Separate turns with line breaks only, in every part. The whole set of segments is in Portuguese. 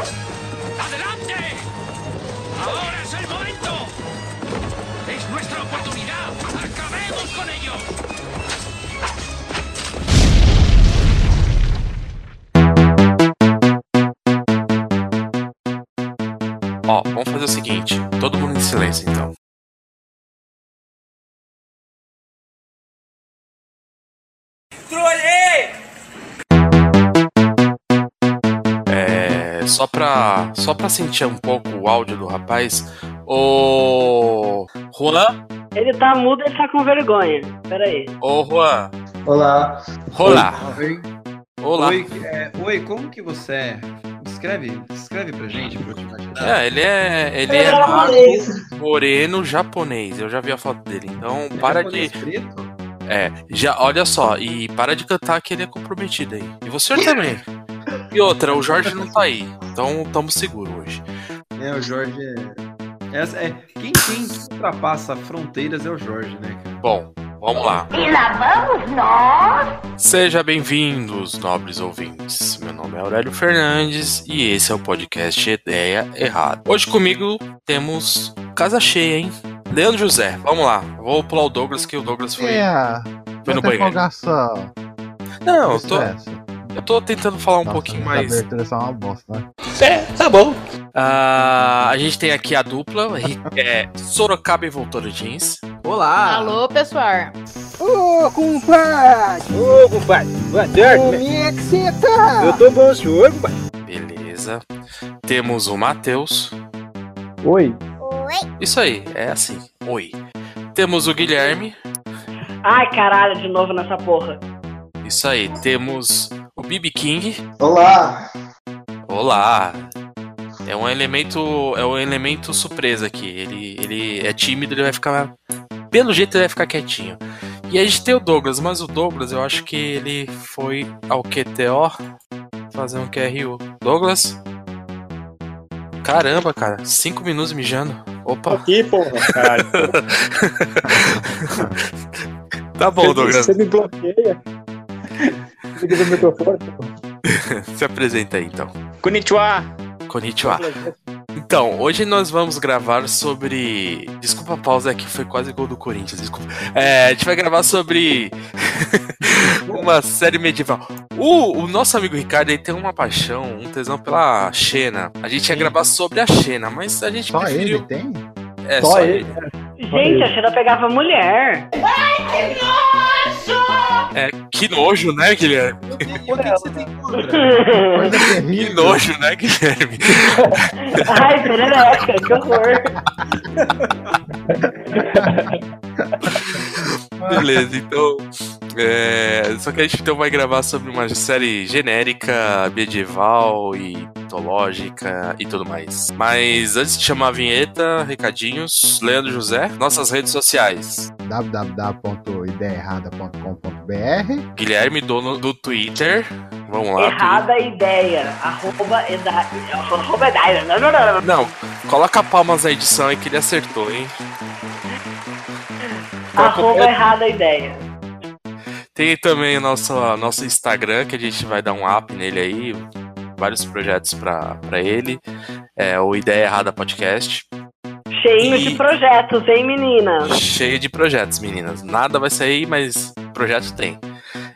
¡Adelante! ¡Ahora es el momento! ¡Es nuestra oportunidad! ¡Acabemos con ello!
Ó, vamos fazer o seguinte. Todo mundo em silêncio, então. É, só pra, só pra sentir um pouco o áudio do rapaz, ô Juan,
Ele tá mudo, ele tá com vergonha. Pera aí.
ô Juan,
Olá.
olá,
Oi.
olá.
Oi, é, oi, como que você é? Escreve, escreve pra gente. pra eu te ajudar.
É, ele é, ele é magro, moreno, japonês. Eu já vi a foto dele, então para de...
japonês preto?
É, já, olha só, e para de cantar que ele é comprometido aí. E você também. E outra, o Jorge não tá aí, então estamos seguros hoje.
É, o Jorge é... Essa, é quem, quem ultrapassa fronteiras é o Jorge, né? cara?
Bom, vamos lá.
E lá vamos nós!
Seja bem-vindos, nobres ouvintes. Meu nome é Aurélio Fernandes e esse é o podcast Ideia Errada. Hoje comigo temos casa cheia, hein? Leandro José, vamos lá. Vou pular o Douglas, que o Douglas foi,
É,
foi no
muita
banheiro.
empolgação.
Não, eu tô,
Estresse.
eu tô tentando falar um
é. Nossa,
pouquinho
essa
mais.
abertura é só uma bosta, né?
É, tá bom. Ah, a gente tem aqui a dupla, Ri- é, Sorocaba e Voltor Jeans.
Olá!
Alô, pessoal.
Ô, compadre!
Ô, compadre, boa tarde.
Como
né?
é que você tá?
Eu tô bom, senhor, compadre.
Beleza. Temos o Matheus.
Oi.
Oi!
Isso aí, é assim. Oi. Temos o Guilherme.
Ai, caralho, de novo nessa porra.
Isso aí. Temos o BB King.
Olá!
Olá. É um elemento, é um elemento surpresa aqui. Ele, ele é tímido, ele vai ficar pelo jeito ele vai ficar quietinho. E a gente tem o Douglas, mas o Douglas eu acho que ele foi ao QTO fazer um QRU. Douglas? Caramba, cara, cinco minutos mijando. Opa,
Aqui, porra, caralho.
tá bom, Douglas.
Você me bloqueia. Liga do microfone. pô.
Se apresenta aí então.
Konnichiwa.
Konnichiwa. Então, hoje nós vamos gravar sobre. Desculpa a pausa aqui, foi quase gol do Corinthians, desculpa. É, a gente vai gravar sobre uma série medieval. O, o nosso amigo Ricardo ele tem uma paixão, um tesão pela Xena. A gente ia gravar sobre a Xena, mas a gente
Só
preferiu.
ele tem?
É,
Só ele.
Gente, a Sheila pegava mulher.
É, que nojo, né, Guilherme?
Por que, que você tem contra?
Coisa
Que
terrível.
nojo, né, Guilherme?
Ai, perereca, que horror.
Beleza, então. é, só que a gente então vai gravar sobre uma série genérica, medieval e mitológica e tudo mais. Mas antes de chamar a vinheta, recadinhos, Leandro José, nossas redes sociais.
www.ideaerrada.com.br
Guilherme, dono do Twitter. Vamos lá.
Errada ideia. Arroba eda... Arroba edaia. Não, não, não, não.
Twitter. Não, coloca palmas na edição aí que ele acertou, hein?
Arroba errada ideia.
Tem também o nosso, nosso Instagram, que a gente vai dar um up nele aí. Vários projetos pra pra ele. É o Ideia Errada Podcast.
Cheinho
E-
de projetos, hein, menina?
Cheia de projetos, meninas. Nada vai sair, mas projeto tem.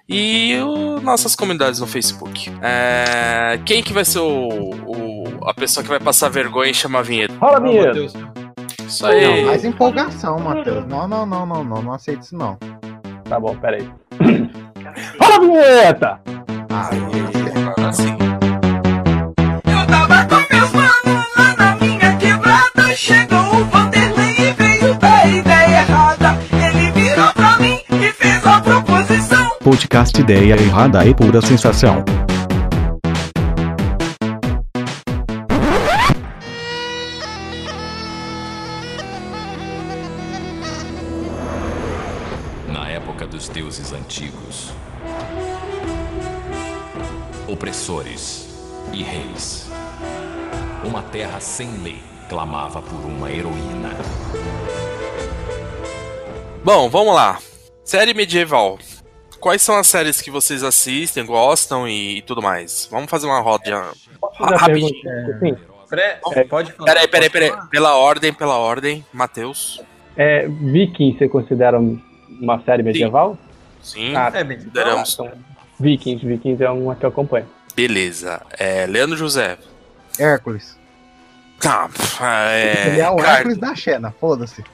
E o- nossas comunidades no Facebook. É, quem que vai ser o, o- a pessoa que vai passar vergonha e chamar a vinheta?
Rola a
Meu
vinheta.
Deus.
Isso aí.
Não, mais empolgação, Matheus. Não, não, não, não, não, não aceito isso não.
Tá bom, peraí. Rola a vinheta.
Ah,
Agora sim.
Eu tava com meus manos lá na minha quebrada. Chegou o Vanderlei e veio da ideia errada. Ele virou pra mim e fez a proposição.
Podcast Ideia Errada e Pura Sensação.
Na época dos deuses antigos, opressores e reis, uma terra sem lei clamava por uma heroína.
Bom, vamos lá. Série medieval. quais são as séries que vocês assistem, gostam e, e tudo mais. Vamos fazer uma roda.
Posso fazer a
Rapidinho.
pergunta? Sim.
Pré- Pode falar.
Peraí, peraí, peraí. Pela ordem, pela ordem. Matheus.
É, Vikings, você considera uma série medieval?
Sim.
Ah,
É, bem,
Consideramos.
então, Vikings, Vikings é uma que eu acompanho.
Beleza. É, Leandro José.
Hércules.
Tá. pff, É,
Ele é o
cara,
Hércules da Xena, foda-se.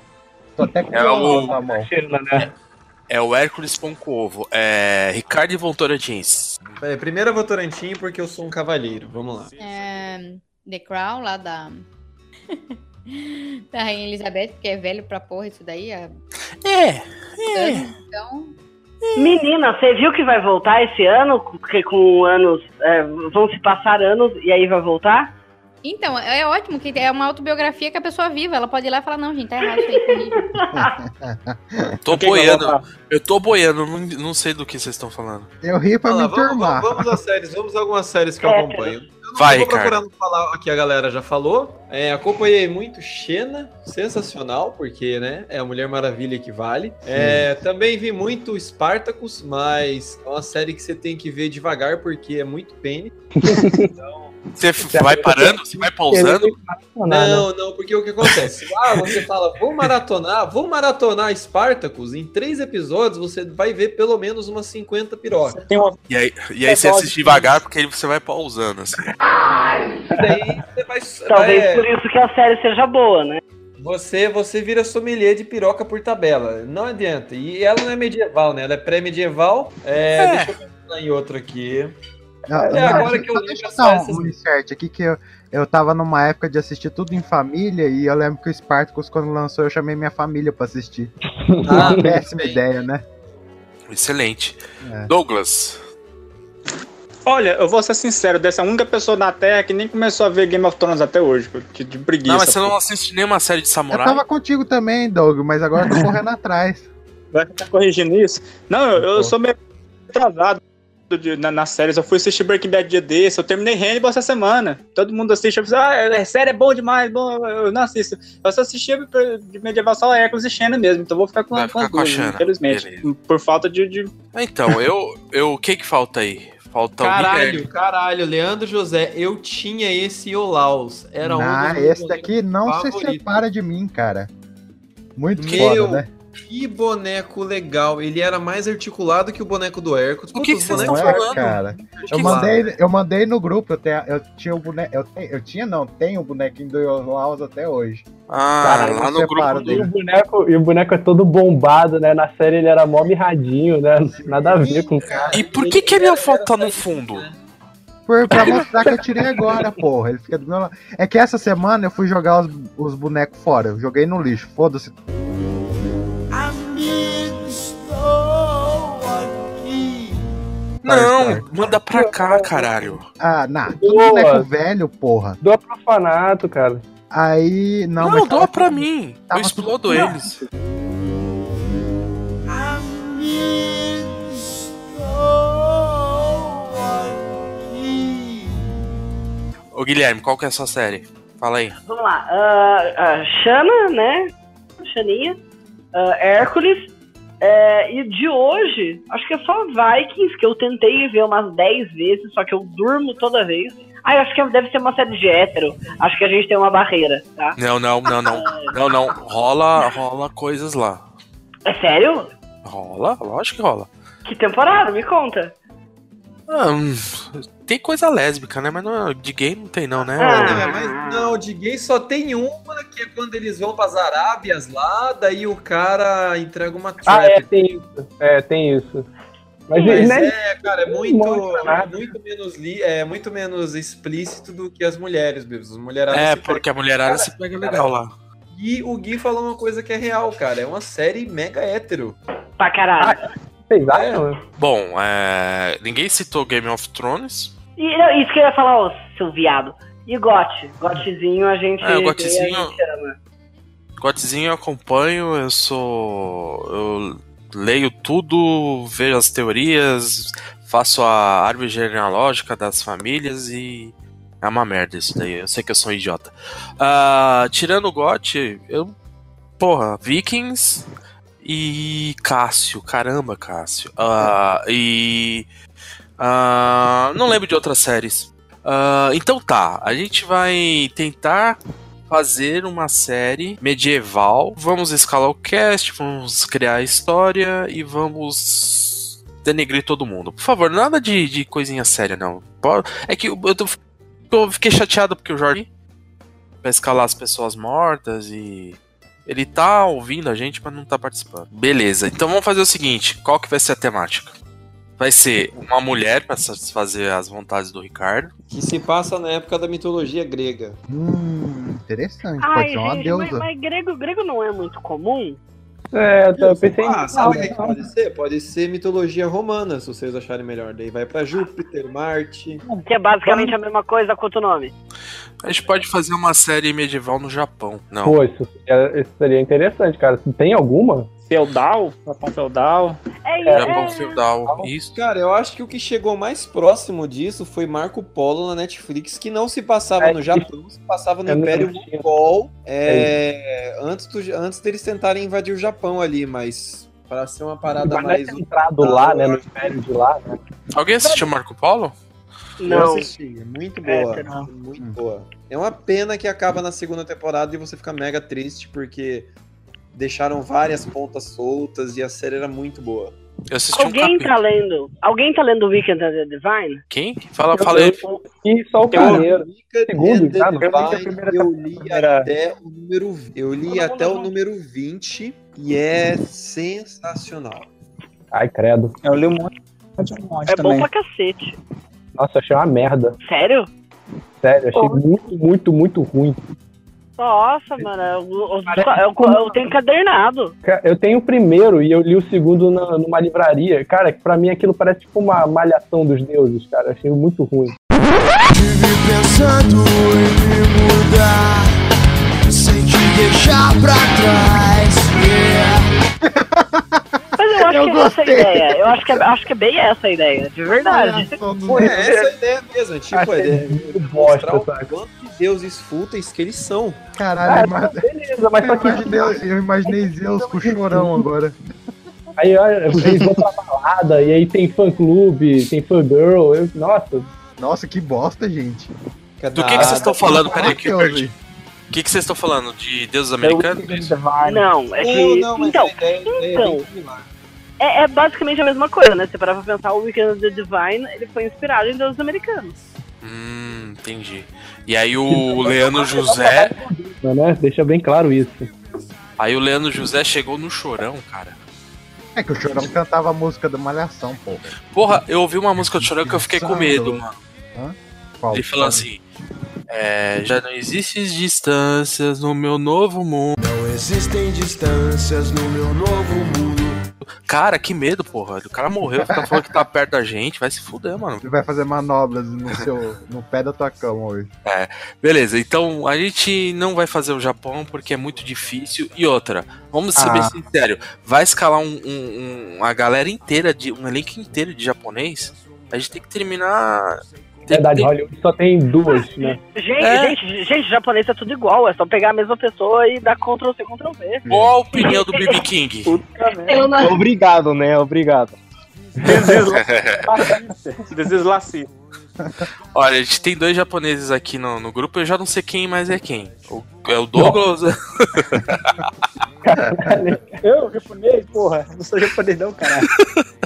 Tô até com
É
violão
o-
na mão.
China, né?
é o Hércules Pão com Ovo. É, Ricardo Vontorantins.
peraí. Primeiro eu vou Torantim porque eu sou um cavalheiro. Vamos lá.
É, The Crown, lá da. da Rainha Elizabeth, que é velho pra porra isso daí. É. é. Então,
Menina, você viu que vai voltar esse ano? Que com anos. é, vão se passar anos e aí vai voltar?
então, é ótimo que é uma autobiografia que a pessoa viva. Ela pode ir lá e falar, não, gente, tá errado isso aí corrige."
Tô
Quem vai
boiando.
voltar?
Eu tô boiando. Não, não sei do que vocês estão falando.
Eu ri pra
Vamos, lá,
me
vamos,
turmar.
vamos, vamos às séries, vamos a algumas séries que eu
É,
acompanho. Eu não
Vai,
vou
Ricardo.
procurando falar o que a galera já falou. É, acompanhei muito Xena, sensacional, porque né, é a Mulher Maravilha que vale. É, também vi muito Spartacus, mas é uma série que você tem que ver devagar, porque é muito pene.
Você f- vai parando? Você vai pausando?
Ele vai funcionar, né?
Não, não, porque o que acontece? Ah, você fala, vou maratonar, vou maratonar Spartacus, em três episódios você vai ver pelo menos umas 50 pirocas.
Tem uma-
E aí, e aí
É
você
ótimo.
assiste devagar porque aí você vai pausando. Assim.
E daí você vai. é,
Talvez
vai-
por isso que a série seja boa, né?
Você, você vira sommelier de piroca por tabela. Não adianta. E ela não é medieval, né? Ela é pré-medieval. É,
É.
Deixa eu pensar em outra aqui.
Ah,
É,
não,
agora
deixa-
que eu
só
lembro
deixa eu
só
dar
essas-
um insert aqui que eu, eu tava numa época de assistir tudo em família e eu lembro que o Spartacus, quando lançou, eu chamei minha família pra assistir.
Ah,
Péssima
bem.
ideia, né?
Excelente.
É.
Douglas.
Olha, eu vou ser sincero, dessa única pessoa na Terra que nem começou a ver Game of Thrones até hoje, pô, de, de preguiça.
Não, mas você
pô.
não assiste nenhuma série de
Eu
samurai?
tava contigo também, Doug, mas agora eu tô correndo atrás.
Vai ficar corrigindo isso? Não, Ah, eu, eu sou meio atrasado de- na, nas séries. Eu fui assistir Breaking Bad dia desse, eu terminei Hannibal essa semana. Todo mundo assiste, eu falo, ah, é série é bom demais, bom, eu não assisto. Eu só assistia pra- de medieval só Hércules e Xena mesmo, então vou ficar com,
Vai
com
ficar
as
com a
duas,
Xena,
infelizmente.
beleza.
Por falta de... de-
Ah, Então, eu. eu- O que que falta aí? Falta o Guilherme.
Caralho, caralho, Leandro José, eu tinha esse Olaus. Era um
ah,
meus
esse daqui não se
favoritos.
separa de mim, cara. Muito
Meu,
foda, né?
Que boneco legal. Ele era mais articulado que o boneco do Hércules.
O que
Putz,
que vocês
boneco-
Não
estão
é,
falando?
cara.
O que
Eu
que-
mandei, eu mandei no grupo, eu, tenho, eu tinha o boneco. Eu, te- eu tinha, não, tenho o bonequinho do Olaus até hoje.
Ah,
Caralho,
lá
eu
no
separo
grupo.
E
dele.
o, boneco, e o boneco é todo bombado, né? Na série ele era mó mirradinho, né? Nada a ver com o cara.
E por que que a minha foto tá no fundo?
Por, pra mostrar que eu tirei agora, porra. Ele fica do meu lado. É que essa semana eu fui jogar os, os bonecos fora. Eu joguei no lixo, foda-se.
Não, manda pra cá, caralho.
Ah, não. Tudo
Boa.
boneco velho, porra.
Doa pro orfanato, cara.
Aí. Não,
Não,
mas
dá
tava-
pra mim. Eu
tava
explodo
tudo- Não.
eles. Ô Guilherme, qual que é a sua série? Fala aí.
Vamos lá. ah, ah, Xana, né? Xaninha. ah, Hércules. É, e de hoje, acho que é só Vikings, que eu tentei ver umas 10 vezes, só que eu durmo toda vez. Ah, eu acho que deve ser uma série de hétero. Acho que a gente tem uma barreira, tá?
Não, não, não, não. Não, não. Rola, rola coisas lá.
É sério?
Rola, lógico que rola.
Que temporada? Me conta.
Ah, hum, tem coisa lésbica, né? Mas não, de gay não tem, não, né?
Não,
Ah.
é, mas não, de gay só tem uma, que é quando eles vão pras Arábias lá, daí o cara entrega uma trap.
Ah, é, tem isso. É, tem isso. Mas,
Mas
né,
é, cara, é
Não
muito,
mostra nada.
muito menos li, é muito menos explícito do que as mulheres, mesmo. As mulheradas
É,
se
porque a mulherada se pega legal lá.
pegam. E o Gui falou uma coisa que é real, cara. É uma série mega hétero.
Pra caralho.
é.
vocês acham?
Bom, é, ninguém citou Game of Thrones.
E não, isso que eu ia falar, ô, seu viado. E gote. Gotezinho a gente.
É, o gotezinho-
a gente ama.
Gotzinho eu acompanho, eu sou. Eu leio tudo, vejo as teorias, faço a árvore genealógica das famílias e. É uma merda isso daí, eu sei que eu sou um idiota. Ah, tirando o GOT, eu. Porra, Vikings. E Cássio, caramba, Cássio. Ah, e. ah, não lembro de outras séries. Ah, então tá, a gente vai tentar fazer uma série medieval. Vamos escalar o cast, vamos criar a história e vamos denegrir todo mundo. Por favor, nada de, de coisinha séria, não. Po- É que eu, eu tô- eu fiquei chateado porque o Jorge vai escalar as pessoas mortas e. Ele tá ouvindo a gente, mas não tá participando. Beleza, então vamos fazer o seguinte: qual que vai ser a temática? Vai ser uma mulher pra satisfazer as vontades do Ricardo.
Que se passa na época da mitologia grega.
Hum, interessante.
Ai,
pode ser uma
gente, mas,
deusa.
mas grego, grego não é muito comum?
É, eu, pensei né?
Ah, sabe o que que pode ser? Pode ser mitologia romana, se vocês acharem melhor. Daí vai pra Júpiter, Marte.
Que é basicamente a mesma coisa com outro nome.
A gente pode fazer uma série medieval no Japão. Não.
Pô, isso seria, isso seria interessante, cara. Tem alguma?
Feudal? Japão feudal?
É,
Japão feudal. Isso.
Cara, eu acho que o que chegou mais próximo disso foi Marco Polo na Netflix, que não se passava no Japão, se passava no
É. Eu não
Império
tinha.
Mongol, é, antes, do- antes deles tentarem invadir o Japão ali, mas para ser uma parada
Mas não é
mais...
centrado lá, né? No império de lá, né?
Alguém assistiu Marco Polo?
Eu
Não.
assisti, é muito boa,
É, não.
muito boa. É uma pena que acaba na segunda temporada e você fica mega triste, porque deixaram várias pontas soltas e a série era muito boa.
Eu assisti um
Alguém
capítulo.
tá lendo? Alguém tá lendo Weekend at the Divine?
Quem? Fala, fala aí.
E só o
Eu-
primeiro. Segundo,
Wicked
tá?
and
Não
the
fala que a
Divine,
primeira
eu li
era-
até o número eu li até o número 20 e é sensacional.
Ai, credo.
Eu li um monte, um monte, um monte
É bom
também.
pra cacete.
Nossa, achei uma merda.
Sério?
Sério, achei
Porra.
muito, muito, muito ruim.
Nossa, mano. é Eu, eu-
Parece-
eu- eu- eu tenho encadernado.
Ca- Eu tenho o primeiro e eu li o segundo na- numa livraria. Cara, que pra mim aquilo parece tipo uma malhação dos deuses, cara. Achei muito ruim.
Mas eu acho que
Eu
é essa a
gostei.
ideia. Eu acho que, é, acho que é bem essa a ideia, de verdade.
É
né?
essa a ideia mesmo, tipo,
Achei
é
muito
mostrar
bosta,
o
saca?
quanto de deuses fúteis que eles são.
Ah,
Caralho, mas...
beleza, mas só
Eu
que. então,
imaginei, eu imaginei Zeus com o chorão agora.
Aí ó, eles vão pra balada, e aí tem fã clube, tem fã girl. Eu, nossa,
Nossa, que bosta, gente. Ah,
Do que que
Ah,
vocês estão falando? Peraí, que eu
Deus,
perdi. O que, que vocês estão falando? De deuses
é o
americanos?
Wicked and Divine.
Não, é
Não,
que.
não, mas
então,
a ideia, a ideia é
então.
bem similar.
é, é basicamente a mesma coisa, né? Você parar pra pensar, o Weekend of the Divine ele foi inspirado em deuses americanos.
Hum, entendi. E aí o Leandro José.
Né? Deixa bem claro isso.
Aí o Leandro José chegou no chorão, cara.
É que o Chorão cantava a música da Malhação, pô.
Porra, eu ouvi uma música do chorão que eu fiquei com
né?
medo, mano.
Qual?
Ele falou assim: é, Já não existem distâncias no meu novo mundo. Não existem distâncias no meu novo mundo. Cara, que medo, porra. O cara morreu, fica falando que tá perto da gente. Vai se fuder, mano.
Ele vai fazer manobras no, seu, no pé da tua cama hoje.
Beleza, então a gente não vai fazer o Japão porque é muito difícil. E outra, vamos ser
Ah.
bem sinceros: vai escalar um, um- um- a galera inteira, de um elenco inteiro de japonês. A gente tem que terminar. tem
Na
que
verdade,
ter-
Hollywood só tem duas, né?
Gente,
É.
gente, gente, japonês é tudo igual, é só pegar a mesma pessoa e dar Ctrl C, Ctrl V.
Qual a opinião do BB King?
Eu não...
Obrigado, né? Obrigado.
Deseslaci.
Olha, a gente tem dois japoneses aqui no, no grupo, eu já não sei quem mais é quem. O- é o Douglas?
Eu, japonês, porra. Não sou japonês não, caralho.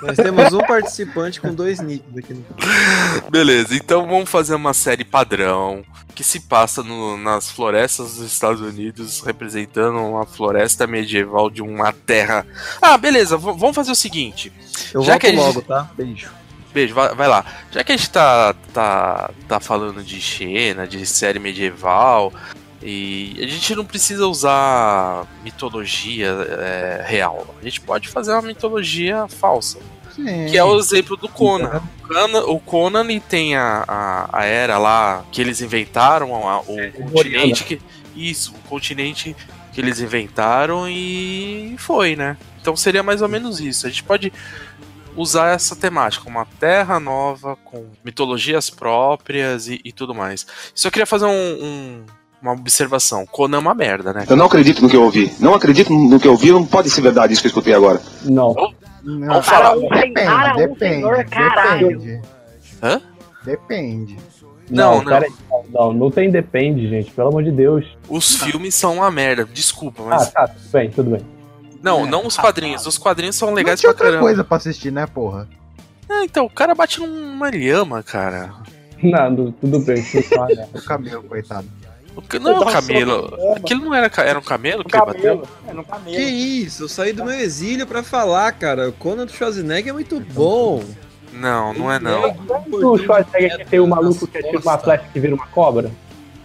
Nós temos um participante com dois nicks aqui no
Beleza, então vamos fazer uma série padrão que se passa no- nas florestas dos Estados Unidos, representando uma floresta medieval de uma terra. Ah, beleza, v- vamos fazer o seguinte.
Eu
Já
volto
que a gente-
logo, tá? Beijo.
Beijo, vai, vai lá. Já que a gente tá, tá, tá falando de Xena, de série medieval, e a gente não precisa usar mitologia é, real. A gente pode fazer uma mitologia falsa.
Sim.
Que é o exemplo do Conan. O Conan, o Conan, ele tem a, a, a era lá que eles inventaram, a- o
É,
continente que. Isso, o continente que eles inventaram e foi, né? Então seria mais ou menos isso. A gente pode usar essa temática, uma terra nova, com mitologias próprias e, e tudo mais. Só queria fazer um- um- uma observação. Conan é uma merda, né?
Eu não acredito no que eu ouvi. Não acredito no que eu ouvi, não pode ser verdade isso que eu escutei agora.
Não.
Não,
falar.
um
depende, depende, depende.
Hã?
Depende.
Não, não.
peraí, não, não, não tem depende, gente, pelo amor de Deus.
Os filmes são uma merda, desculpa, mas.
Ah, tá, tudo bem, tudo bem.
não, não os quadrinhos. Os quadrinhos são legais
é. Tinha
pra
outra
caramba.
coisa pra assistir, né, porra?
É, então, o cara bate numa lhama, cara.
Nada, tudo bem, você fala.
O camelo, coitado.
O ca- Não,
Ele
o
dá um
camelo.
soco na lhama.
Aquilo não era, ca- era um camelo que ele
camelo.
bateu?
É
Que isso, eu saí do meu exílio pra falar, cara. O Conan do Schwarzenegger é muito bom.
Não, não é não.
O Schwarzenegger que tem o maluco que atira uma flecha que vira uma cobra?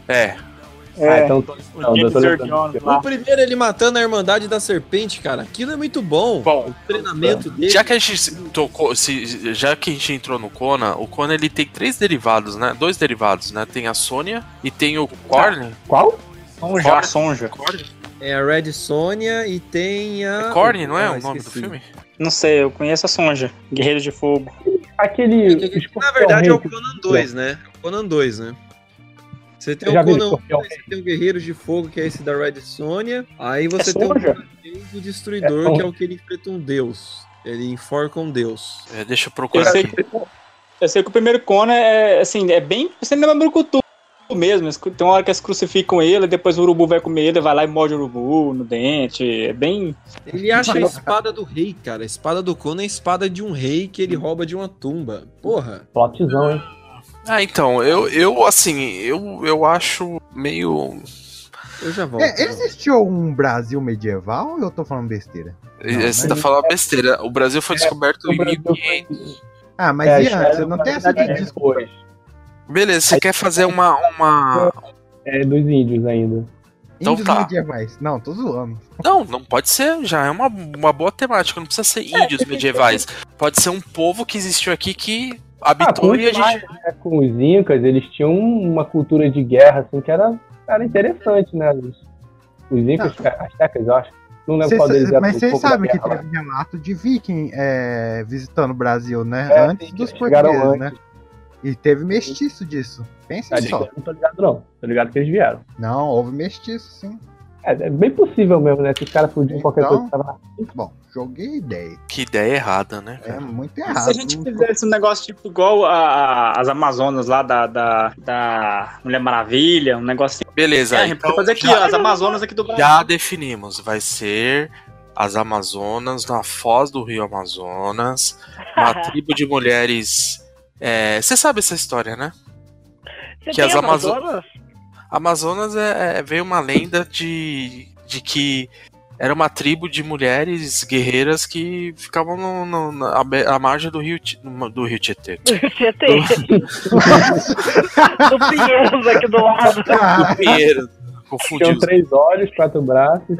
É.
Ah, então tô- não, eu tô lembrando.
O primeiro ele matando a Irmandade da Serpente, cara. Aquilo é muito bom.
Bom,
o treinamento dele.
Já que a gente se tocou, se- já que a gente entrou no Conan, o Conan ele tem três derivados, né? Dois derivados, né? Tem a Sônia e tem o Korn.
Qual?
Sonja, a Sonja.
É a Red Sonja e tem a.
Korn, não é
Ah,
o nome do
esqueci.
filme?
Não sei, eu conheço a Sonja, Guerreiro de Fogo.
Aquele.
Na verdade é o Conan 2, né? É o Conan 2, né? Você tem
Eu já
o
vi
Conan 1,
Escorpião
você tem o Guerreiros de Fogo, que é esse da Red Sonja. Aí você tem o
Sonja?
Guardião do Destruidor,
É
que é
Sonja.
o que ele enfrenta um deus. Ele enforca um deus.
É, deixa eu
Eu
procurar
sei,
aqui.
que, eu sei que o primeiro Conan é assim, é bem. Você lembra Brucutu mesmo. eles- Tem uma hora que eles crucificam ele, depois o urubu vai comer ele, vai lá e morde o urubu no dente. É bem.
Ele acha a espada do rei, cara. A espada do Conan é a espada de um rei que ele rouba de uma tumba. Porra.
Plotzão, hein?
Ah, então, eu, eu assim, eu, eu acho meio.
Eu já
tá
volto.
É, existiu um Brasil medieval ou eu tô falando besteira?
eh, Você tá falando
é
besteira. O Brasil foi descoberto em 1500.
Ah, mas
É,
e
acho
antes?
que
Eu não
era
tenho essa
uma
de desculpa.
Beleza, você quer fazer uma. uma...
É dos índios ainda.
Então
Índios
tá.
medievais. Não, tô zoando.
Não, não pode ser, já é uma, uma boa temática, não precisa ser
É,
índios medievais. Pode ser um povo que existiu aqui que
Ah,
habitou
Ah, com os
e a gente.
maias, né, com os incas, eles tinham uma cultura de guerra, assim, que era, era interessante, né? Os, os incas, ca- astecas, eu acho. Não lembro qual deles
Cês-
era
mas
né, o
vocês
fogo da
sabem que
guerra lá.
teve relato de viking é, visitando o Brasil, né?
É,
antes
sim,
dos
chegaram
portugueses, né?
antes.
E teve mestiço disso. Pensa
Ah,
só.
eu Não tô ligado, não. Tô ligado que eles vieram.
Não, houve mestiço, sim.
É, é bem possível mesmo, né? Se os caras fugiam qualquer
Então-
coisa que tava na
Bom, joguei ideia.
Que ideia errada, né?
Tá.
É muito
Se a gente fizesse um negócio tipo igual a- a- as Amazonas lá da, da, da Mulher Maravilha, um negócio assim.
Beleza,
É, a gente
então,
pode fazer aqui,
já-
ó, as Amazonas aqui do Brasil.
Já definimos, vai ser as Amazonas, na foz do rio Amazonas, uma tribo de mulheres. é, Você sabe essa história, né?
Você
Que
tem
as Amazo-
Amazonas?
Amazonas é, é- veio uma lenda de, de que era uma tribo de mulheres guerreiras que ficavam no- no- na, à margem do rio, Ti- do rio Tietê.
Você tem. Do Pinheiros aqui do lado.
Do Pinheiro. Confundiu.
Tinham três olhos, quatro braços.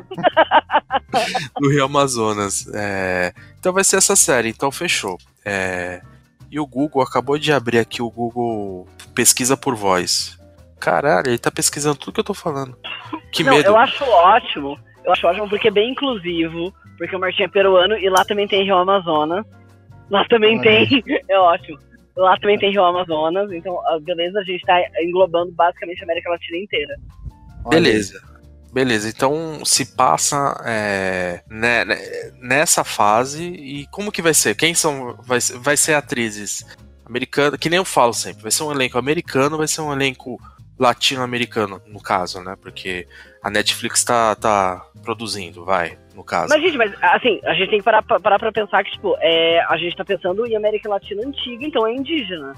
do Rio Amazonas. É, Então vai ser essa série, então fechou. É, E o Google acabou de abrir aqui o Google Pesquisa por Voz. Caralho, ele tá pesquisando tudo que eu tô falando. Que
Não,
medo.
eu acho ótimo. Eu acho ótimo porque é bem inclusivo. Porque o Martim é peruano e lá também tem Rio Amazonas. Lá também
Olha
tem. É ótimo. Lá também tem Rio Amazonas. Então, ah, beleza, a gente tá englobando basicamente a América Latina inteira.
Beleza. Beleza, então se passa é, né, né, nessa fase e como que vai ser? Quem são. Vai, ser- vai ser atrizes americanas, que nem eu falo sempre, vai ser um elenco americano, vai ser um elenco latino-americano, no caso, né? Porque a Netflix tá, tá produzindo, vai, no caso.
Mas, gente, mas assim, a gente tem que parar, pra- parar pra pensar que, tipo, é, a gente tá pensando em América Latina antiga, então é indígena,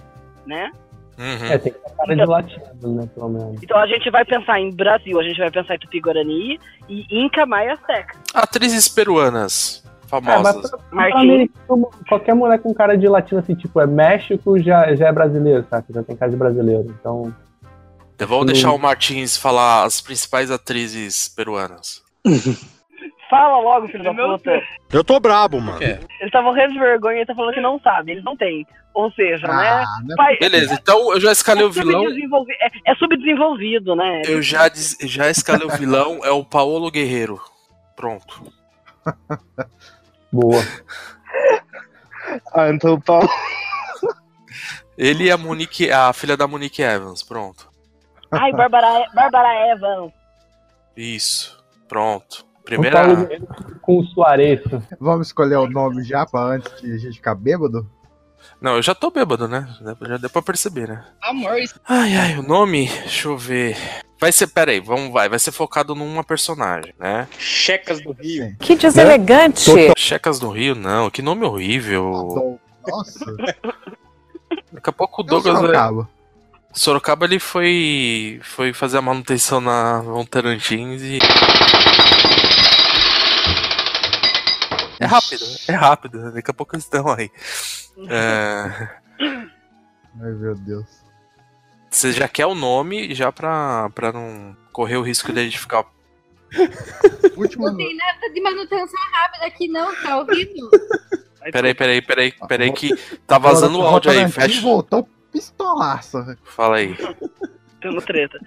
né?
Uhum.
É, tem que ter cara de latino, né? Pelo menos.
Então a gente vai pensar em Brasil, a gente vai pensar em Tupi-Guarani e Inca Maia Seca.
Atrizes peruanas, famosas.
pra- pra americano, qualquer moleque com cara de latino, assim, tipo, é México, já, já é brasileiro, sabe? Já tem cara de brasileiro. Então,
Eu Vou deixar o Martins falar as principais atrizes peruanas.
Fala logo, filho da puta.
Eu tô brabo, mano.
Ele tá morrendo de vergonha e tá falando que não sabe, ele não tem. Ou
Ah,
seja, né?
Ah,
Pai- é
Beleza, então eu já escalei o vilão.
subdesenvolvi- É, é subdesenvolvido, né?
Eu já, des- já escalei o vilão, é o Paolo Guerreiro. Pronto.
boa. Ah,
Anton
então tá.
Paul.
Ele e a Monique, a filha da Monique Evans, pronto.
Ai, Bárbara, Bárbara Evans.
Isso. Pronto.
Vamos
Primeira.
com o Suarez.
Vamos escolher o nome já pra antes que a gente ficar bêbado?
Não, eu já tô bêbado, né? Já- Já deu pra perceber, né?
Amor.
Ai, ai, o nome, deixa eu ver. Vai ser, peraí, vamos, vai, vai ser focado numa personagem, né?
Checas do Rio.
Que
deselegante.
Né? Checas do Rio, não, que nome horrível.
Nossa.
Daqui a pouco o Douglas é. vai-
Sorocaba.
Sorocaba ele foi foi fazer a manutenção na Vontantins e É rápido, é rápido, né? daqui a pouco eles estão aí. É,
Ai, meu Deus.
você já quer o nome já pra, pra não correr o risco de ficar
Não tem nada de manutenção rápida aqui, não, tá ouvindo?
É tipo-
Peraí, peraí, peraí, peraí que tá vazando o
Agora,
áudio aí,
Votorantim
fecha.
voltou pistolaça.
Fala aí.
Temos treta.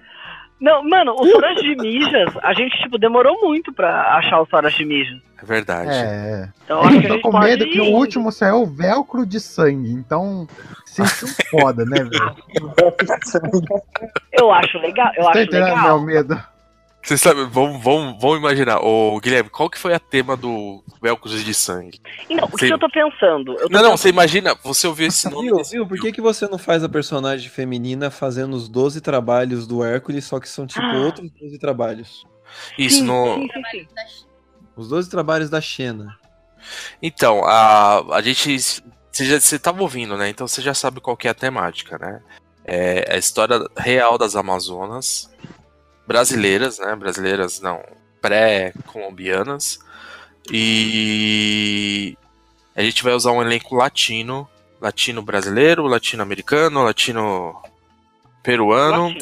Não, mano, o Sorange de Mijas, a gente, tipo, demorou muito pra achar o Sorange de Mijas.
É verdade.
É.
Então, acho que a
Eu tô
gente
com
pode
medo que o
ir.
último saiu o velcro de sangue, então se sentiu foda, né, velho?
Eu acho legal, eu
Tá
acho
entendendo
legal.
meu medo?
Vocês sabem, vamos, vamos, vamos imaginar. Ô, Guilherme, qual que foi a tema do Velcros de Sangue?
Então, o que eu tô pensando? Eu tô
Não, não, você imagina, você ouviu esse nome.
Viu, viu, por que, que você não faz a personagem feminina fazendo os 12 trabalhos do Hércules, só que são tipo
Ah.
outros 12 trabalhos?
Isso, no-
Tá
Os 12 trabalhos da Xena.
Então, a, a gente. Você, já, você tava ouvindo, né? Então você já sabe qual que é a temática, né? É a história real das Amazonas, brasileiras, né? Brasileiras não, pré-colombianas. E a gente vai usar um elenco latino, latino brasileiro, latino-americano, latino peruano.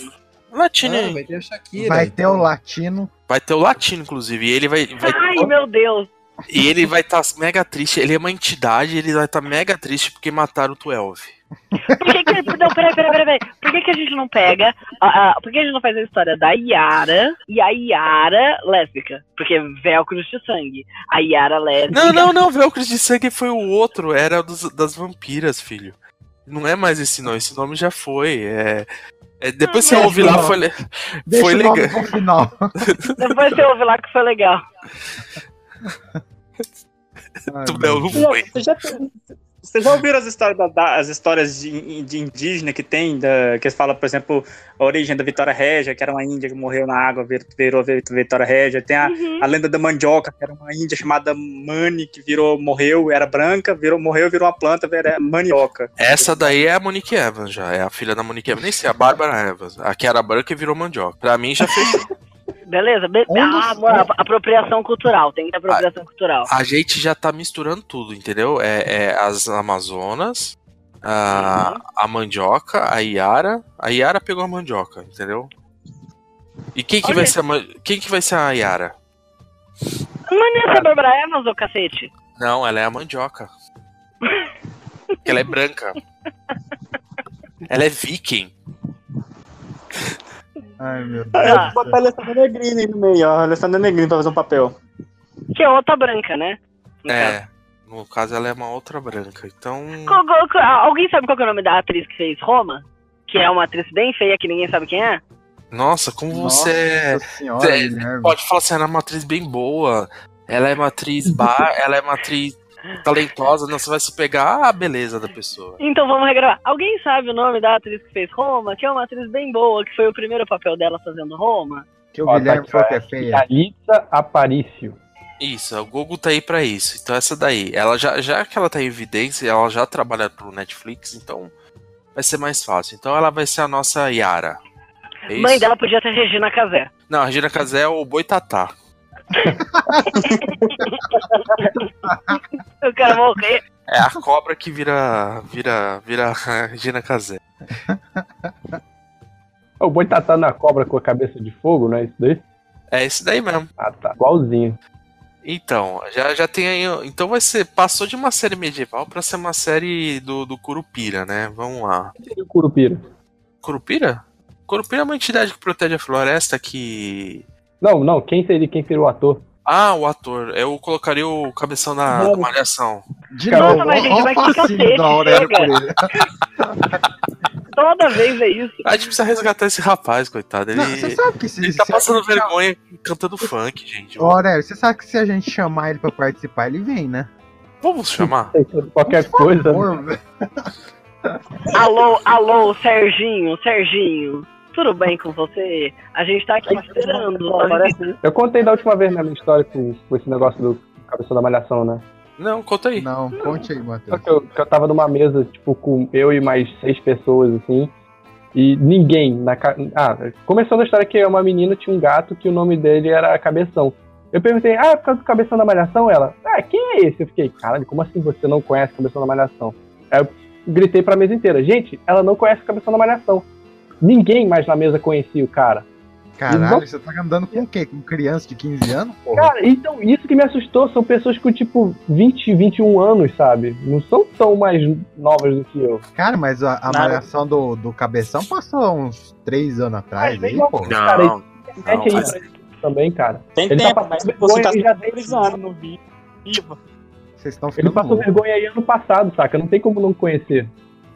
Latino.
Ah, vai ter a Shakira.
Vai ter o latino.
Vai ter o latino, inclusive. E ele vai. vai-
Ai, meu Deus.
e ele vai estar mega triste. Ele é uma entidade, ele vai estar mega triste porque mataram o Twelve.
Por que que... Não, peraí, peraí, peraí. peraí. Por que que a gente não pega... a- a- por que a gente não faz a história da Yara e a Yara lésbica? Porque velcro de sangue. A Yara lésbica...
Não, não, não, Velcros de Sangue foi o outro, era dos, das vampiras, filho. Não é mais esse nome, esse nome já foi. É, é, depois você
Deixa
ouve
o
lá,
nome.
foi, le-
Deixa
foi
o nome
legal.
pro final.
Depois você ouve lá que foi legal.
Ah,
Tu- um- não, não
Não,
foi.
Vocês já, vocês já ouviram as histórias, da- da- as histórias de, de indígena que tem? Da, que fala, por exemplo, a origem da Vitória Régia, que era uma índia que morreu na água, vir- virou Vi- Vitória Régia. Tem a, a lenda da mandioca, que era uma índia chamada Mani, que virou, morreu, era branca, virou, morreu, virou uma planta, era mandioca.
Essa daí é a Monique Evans já, é a filha da Monique Evans. Nem sei, a Bárbara Evans. A que era branca e virou mandioca. Pra mim já fechou.
Beleza? Be- ah, amor, ap- apropriação cultural. Tem que
Ah,
ter apropriação cultural.
A gente já tá misturando tudo, entendeu? É, é as Amazonas, a, a mandioca, a Yara. A Yara pegou a mandioca, entendeu? E quem que, vai ser a, man- quem que vai ser a Yara? ah,
Mas nem essa Bárbara Evans, ô cacete.
Não, ela é a mandioca. Porque ela é branca. Ela é viking.
Ai, meu
É.
Ah, eu vou botar a Alessandra Negrini aí no meio, ó. a Alessandra Negrini pra fazer um papel.
Que é outra branca, né?
É. No caso, ela é uma outra branca. Então.
Co- co- co- alguém sabe qual que é o nome da atriz que fez Roma? Que é uma atriz bem feia que ninguém sabe quem é?
Nossa, como
Nossa
você é.
senhora,
você é-
Guilherme.
pode falar assim, ela é uma atriz bem boa. Ela é uma atriz bar, ela é uma atriz talentosa. Não, você vai se pegar a beleza da pessoa.
Então vamos regravar. Alguém sabe o nome da atriz que fez Roma? Que é uma atriz bem boa, que foi o primeiro papel dela fazendo Roma?
Que
o
Guilherme falou que é feia.
Thalita Aparício.
Isso, o Google tá aí pra isso. Então essa daí, ela já, já que ela tá em evidência, ela já trabalha pro Netflix, então vai ser mais fácil. Então ela vai ser a nossa Yara. É
Mãe
isso?
dela podia ter Regina Casé.
Não, a Regina Casé é o Boitatá.
Eu quero morrer.
É a cobra que vira vira vira a Regina Casé.
É O boi tatá na cobra com a cabeça de fogo, não é isso daí?
É isso daí mesmo.
Ah, tá. Igualzinho.
Então, já, já tem aí. Então vai ser. Passou de uma série medieval pra ser uma série do, do Curupira, né? Vamos lá.
E o Curupira?
Curupira? Curupira é uma entidade que protege a floresta que.
Não, não. Quem seria, quem seria o ator?
Ah, o ator. Eu colocaria o cabeção na
Não.
na malhação.
De
Cara,
novo,
mas, gente,
ó, ó
vai
o
que
facinho
cacete,
da Aurélio
chega.
por ele.
Toda vez é isso.
A gente precisa resgatar esse rapaz, coitado. Ele,
Não, você sabe que se-
ele tá
se-
passando vergonha cantando funk, gente.
Ô, Aurélio, você sabe que se a gente chamar ele pra participar, ele vem, né?
Vamos chamar?
Qualquer É coisa. né?
Alô, alô, Serginho, Serginho. Tudo bem com você? A gente tá aqui esperando.
Eu contei da última vez né, a minha história com, com esse negócio do cabeção da malhação, né?
Não, conta aí.
Não, conte aí, Matheus.
Só que eu, que eu tava numa mesa, tipo, com eu e mais seis pessoas, assim, e ninguém na ca... Ah, começando a história que uma menina tinha um gato que o nome dele era Cabeção. Eu perguntei, ah, é por causa do Cabeção da Malhação? Ela, ah, quem é esse? Eu fiquei, caralho, como assim você não conhece o Cabeção da Malhação? Aí eu gritei pra mesa inteira, gente, ela não conhece o Cabeção da Malhação. Ninguém mais na mesa conhecia o cara.
Caralho,
Não-
você tá andando com o quê? Com criança de 15 anos, porra?
Cara, então, isso que me assustou são pessoas com, tipo, 20, 21 anos, sabe? Não são tão mais novas do que eu.
Cara, mas a, a
Nada.
malhação do, do cabeção passou uns 3 anos atrás aí,
Não,
pô.
É cara, isso é internet aí,
mas-
cara, também, cara.
Tem
Ele
tempo,
tá
mas
passando
você tá
vergonha aí já-
sensibilizando no vivo.
Vocês estão
Ele
ficando
passou
louco.
vergonha aí ano passado, saca? Não tem como não conhecer.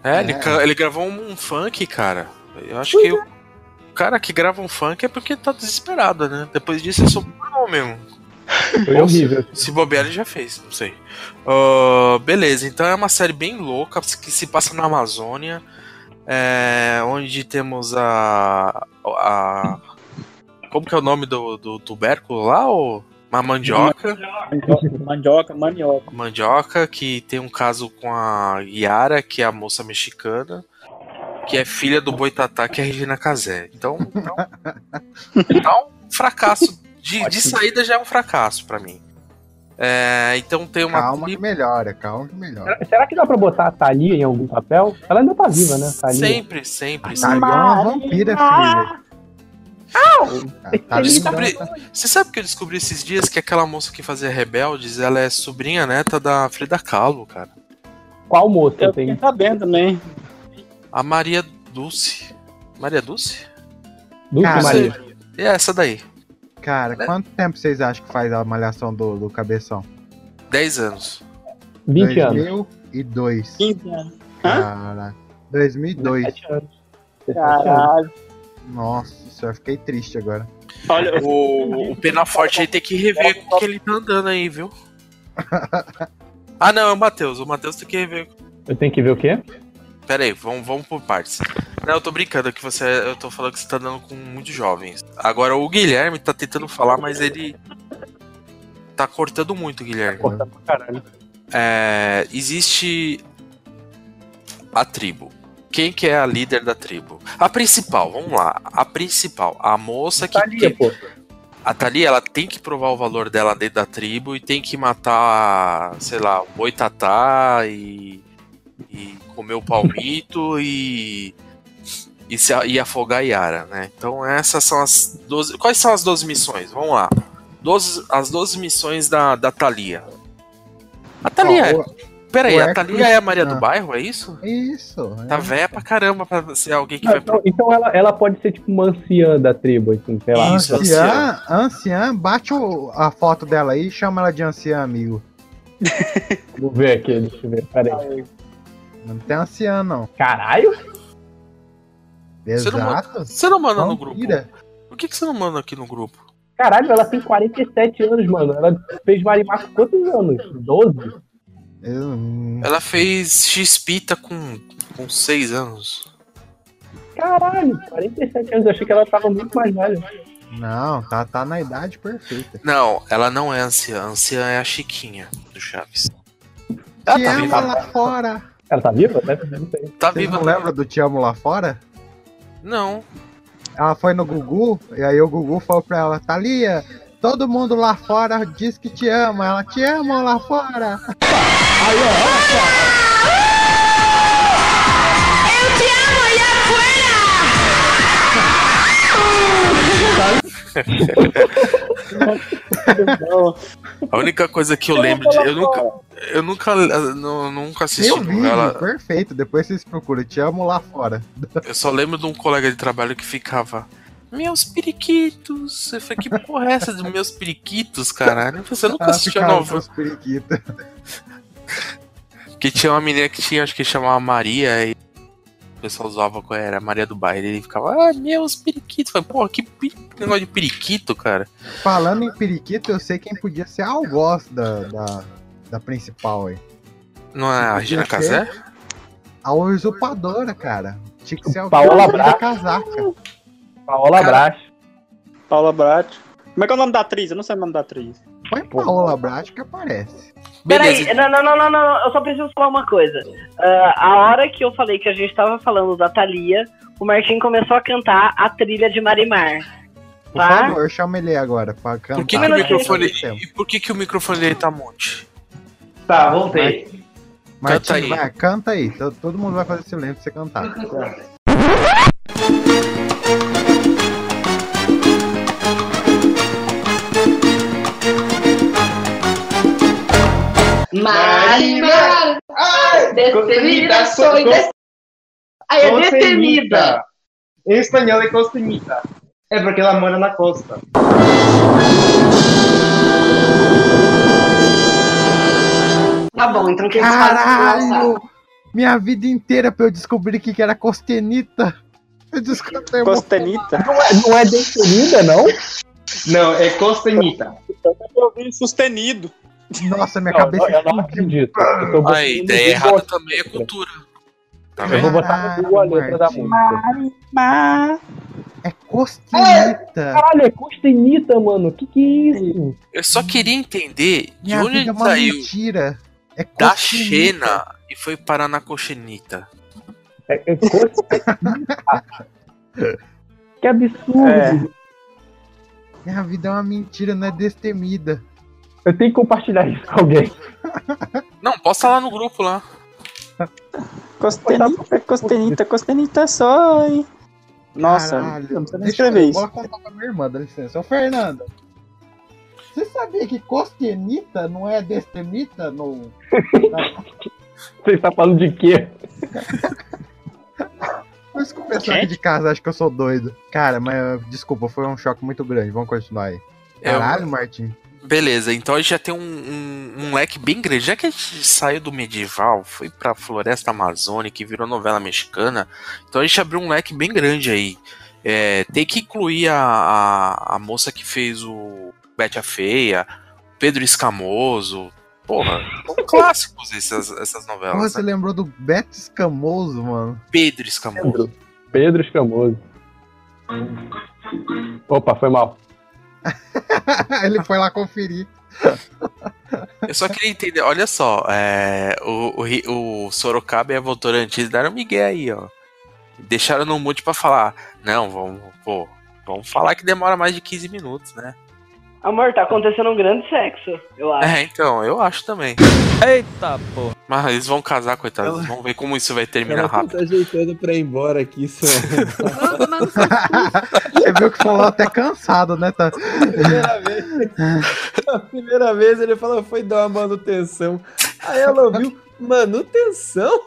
É, Ele, ca- ele gravou um, um funk, cara. Eu acho que o o cara que grava um funk é porque tá desesperado, né? Depois disso é só bom mesmo.
Foi horrível.
Se bobear, ele já fez, não sei. Ah, beleza, então é uma série bem louca que se passa na Amazônia, é, onde temos a, a. Como que é o nome do, do tubérculo lá? Ou uma mandioca?
Mandioca, mandioca.
Mandioca, que tem um caso com a Yara, que é a moça mexicana, que é filha do Boitatá, que é a Regina Casé. Então, então, então, um fracasso. De, de saída já é um fracasso pra mim. É, então tem uma.
Calma que melhora, calma que melhora.
Será que dá pra botar a Thalia em algum papel? Ela ainda tá viva, né? Thalia.
Sempre, sempre.
A Thalia é uma vampira, filho. Tá,
Eu
Thalia
descobri-
então
Você sabe que eu descobri esses dias que aquela moça que fazia Rebeldes, ela é sobrinha neta da Frida Kahlo, cara.
Qual moça
Eu
tem?
fiquei sabendo tá também.
A Maria Dulce. Maria Dulce?
Dulce
Cara,
Maria.
É essa daí.
Cara, quanto tempo vocês acham que faz a malhação do, do cabeção?
10 anos.
20 anos.
2002.
15 anos.
Caraca. 2002.
Caralho.
Nossa, senhora, fiquei triste agora.
Olha,
o, o Penaforte aí tem que rever o que ele tá andando aí, viu? Ah, não, é o Matheus. O Matheus tem que rever.
Eu tenho que ver o quê?
Pera aí, vamos, vamos por partes. Não, eu tô brincando, é que você. Eu tô falando que você tá andando com muitos jovens. Agora o Guilherme tá tentando falar, mas ele. Tá cortando muito, Guilherme.
Corta pra caralho.
É, existe a tribo. Quem que é a líder da tribo? A principal, vamos lá. A principal, a moça que. tem- A Thalia, ela tem que provar o valor dela dentro da tribo e tem que matar, sei lá, o boitatá e, e comer o palmito e, e, se, e afogar a Yara, né? Então essas são as 12... Quais são as 12 missões? Vamos lá. 12, as 12 missões da, da Thalia. A Thalia...
Ó,
Peraí,
o
a Thalia
Hércules-
é a Maria do
Ah.
Bairro, é isso?
Isso. é.
Tá velha pra caramba pra ser alguém que
Não,
vai...
então então ela, ela pode ser tipo uma anciã da tribo, assim, sei lá.
Isso, anciã, anciã, bate o- a foto dela aí e chama ela de anciã, amigo.
Vou ver aqui, deixa eu ver. Peraí.
Não tem anciã, não.
Caralho!
Você não,
Exato.
manda, você não manda no grupo.
Vampira.
Por que, que você não manda aqui no grupo?
Caralho, ela tem 47 anos, mano. Ela fez Marimar com quantos anos? 12?
Ela fez X-Pita com, com 6 anos.
Caralho, 47 anos. Eu achei que ela tava muito mais velha.
Não, tá, tá na idade perfeita.
Não, ela não é anciã. A anciã é a Chiquinha do Chaves.
Te
tá
amo
viva.
lá fora.
Ela tá viva? Deve- Não sei.
Tá
Vocês
viva.
não lembra do Te Amo Lá Fora?
Não.
Ela foi no Gugu, e aí o Gugu falou pra ela, Thalia, todo mundo lá fora diz que te ama. Ela, te ama lá fora.
A única coisa que eu lembro de. Eu nunca. Eu nunca, eu nu- nunca assisti
Meu vídeo,
novela.
perfeito. Depois vocês procuram, te amo lá fora.
Eu só lembro de um colega de trabalho que ficava. Meus periquitos. Eu falei, que porra é essa dos meus periquitos, caralho? Você nunca
Ela
assistiu a
ficava
novela.
com os periquitos.
Que tinha uma menina que tinha, acho que chamava Maria e o pessoal zoava qual era a Maria do Baile. Ele ficava, ah, meus periquitos. Falei, porra, que peri- negócio de periquito, cara.
Falando em periquito, eu sei quem podia ser a algoz da, da, da principal aí.
Não é a Regina
Podia
Casé?
ser A usurpadora, cara. Tinha que ser alguém
Paola
que usa
Bracho.
casaca.
Paola
Brat. Paola Brat. Como é que é o nome da atriz? Eu não sei o nome da atriz.
Põe Paola Brat que aparece.
Peraí, não, não, não, não, não, eu só preciso falar uma coisa. Ah, a hora que eu falei que a gente tava falando da Thalia, o Martim começou a cantar a trilha de Marimar.
Por
Tá?
favor, chama ele agora pra cantar.
Por que, que Ah, o microfone. E por que, que o microfone dele tá monte?
Tá, voltei.
Canta
Martim,
aí.
vai, canta aí. To- Todo mundo vai fazer silêncio pra você cantar.
Marimar, ai, destemida, sou des...
Ai,
é destemida.
Em espanhol é costenita. É porque ela mora na costa.
Tá bom, então
quem faz é
Caralho! Minha vida inteira pra eu descobrir o que que era costenita. Eu descobri.
Costenita?
Não é, não é destenida, não?
Não, é costenita.
Eu vi sustenido.
Nossa,
É
minha
cabeça
Eu não acredito. Eu tô botando
A Ah, ideia
no Google
errada também é cultura. Tá
Eu vou
vendo?
botar no Google a letra da música.
Marimar.
É costenita.
Caralho, é costenita, mano. Que que é isso?
Eu só queria entender de
Minha
onde
vida é
ele
uma
saiu
mentira. É
da
costenita.
Xena e foi parar na cochinita.
É, é costenita. que absurdo.
Minha vida é uma mentira, não é destemida.
Eu tenho que compartilhar isso com alguém.
Não, posta lá no grupo lá.
Costenita, costenita, costenita só, hein? Nossa,
Caralho.
não precisa nem
Deixa
escrever
eu-
isso.
Vou contar pra minha irmã, dá licença. Ô, Fernanda, você sabia que costenita não é destemita? No...
Você está falando de quê?
Mas que o pessoal aqui de casa acha que eu sou doido. Cara, mas desculpa, foi um choque muito grande. Vamos continuar aí.
É,
Caralho, Martim.
Beleza, então a gente já tem um, um- um leque bem grande. Já que a gente saiu do medieval, foi pra Floresta Amazônica e virou novela mexicana, então a gente abriu um leque bem grande aí. É, tem que incluir a, a, a moça que fez o Bete a Feia, Pedro Escamoso. Porra, são clássicos essas, essas
Porra,
novelas. né?
você lembrou do Beto Escamoso, mano?
Pedro Escamoso.
Pedro. Pedro Escamoso. Opa, foi mal.
Ele foi lá conferir.
Eu só queria entender, olha só, é, o, o, Ri- o Sorocaba e a Votorantim deram migué aí, ó. Deixaram no mute pra falar, não, vamos, pô, vamos falar que demora mais de 15 minutos, né?
Amor, tá acontecendo um grande sexo, eu acho.
É, então, eu acho também.
Ah. Eita, pô.
Mas eles vão casar, coitados, eles vão ver como isso vai terminar
Ela
rápido.
tá ajeitando pra ir embora aqui, é só.
Você viu que falou até cansado, né? Tá...
Primeira vez. A primeira vez ele falou, foi dar uma manutenção. Aí ela ouviu, manutenção?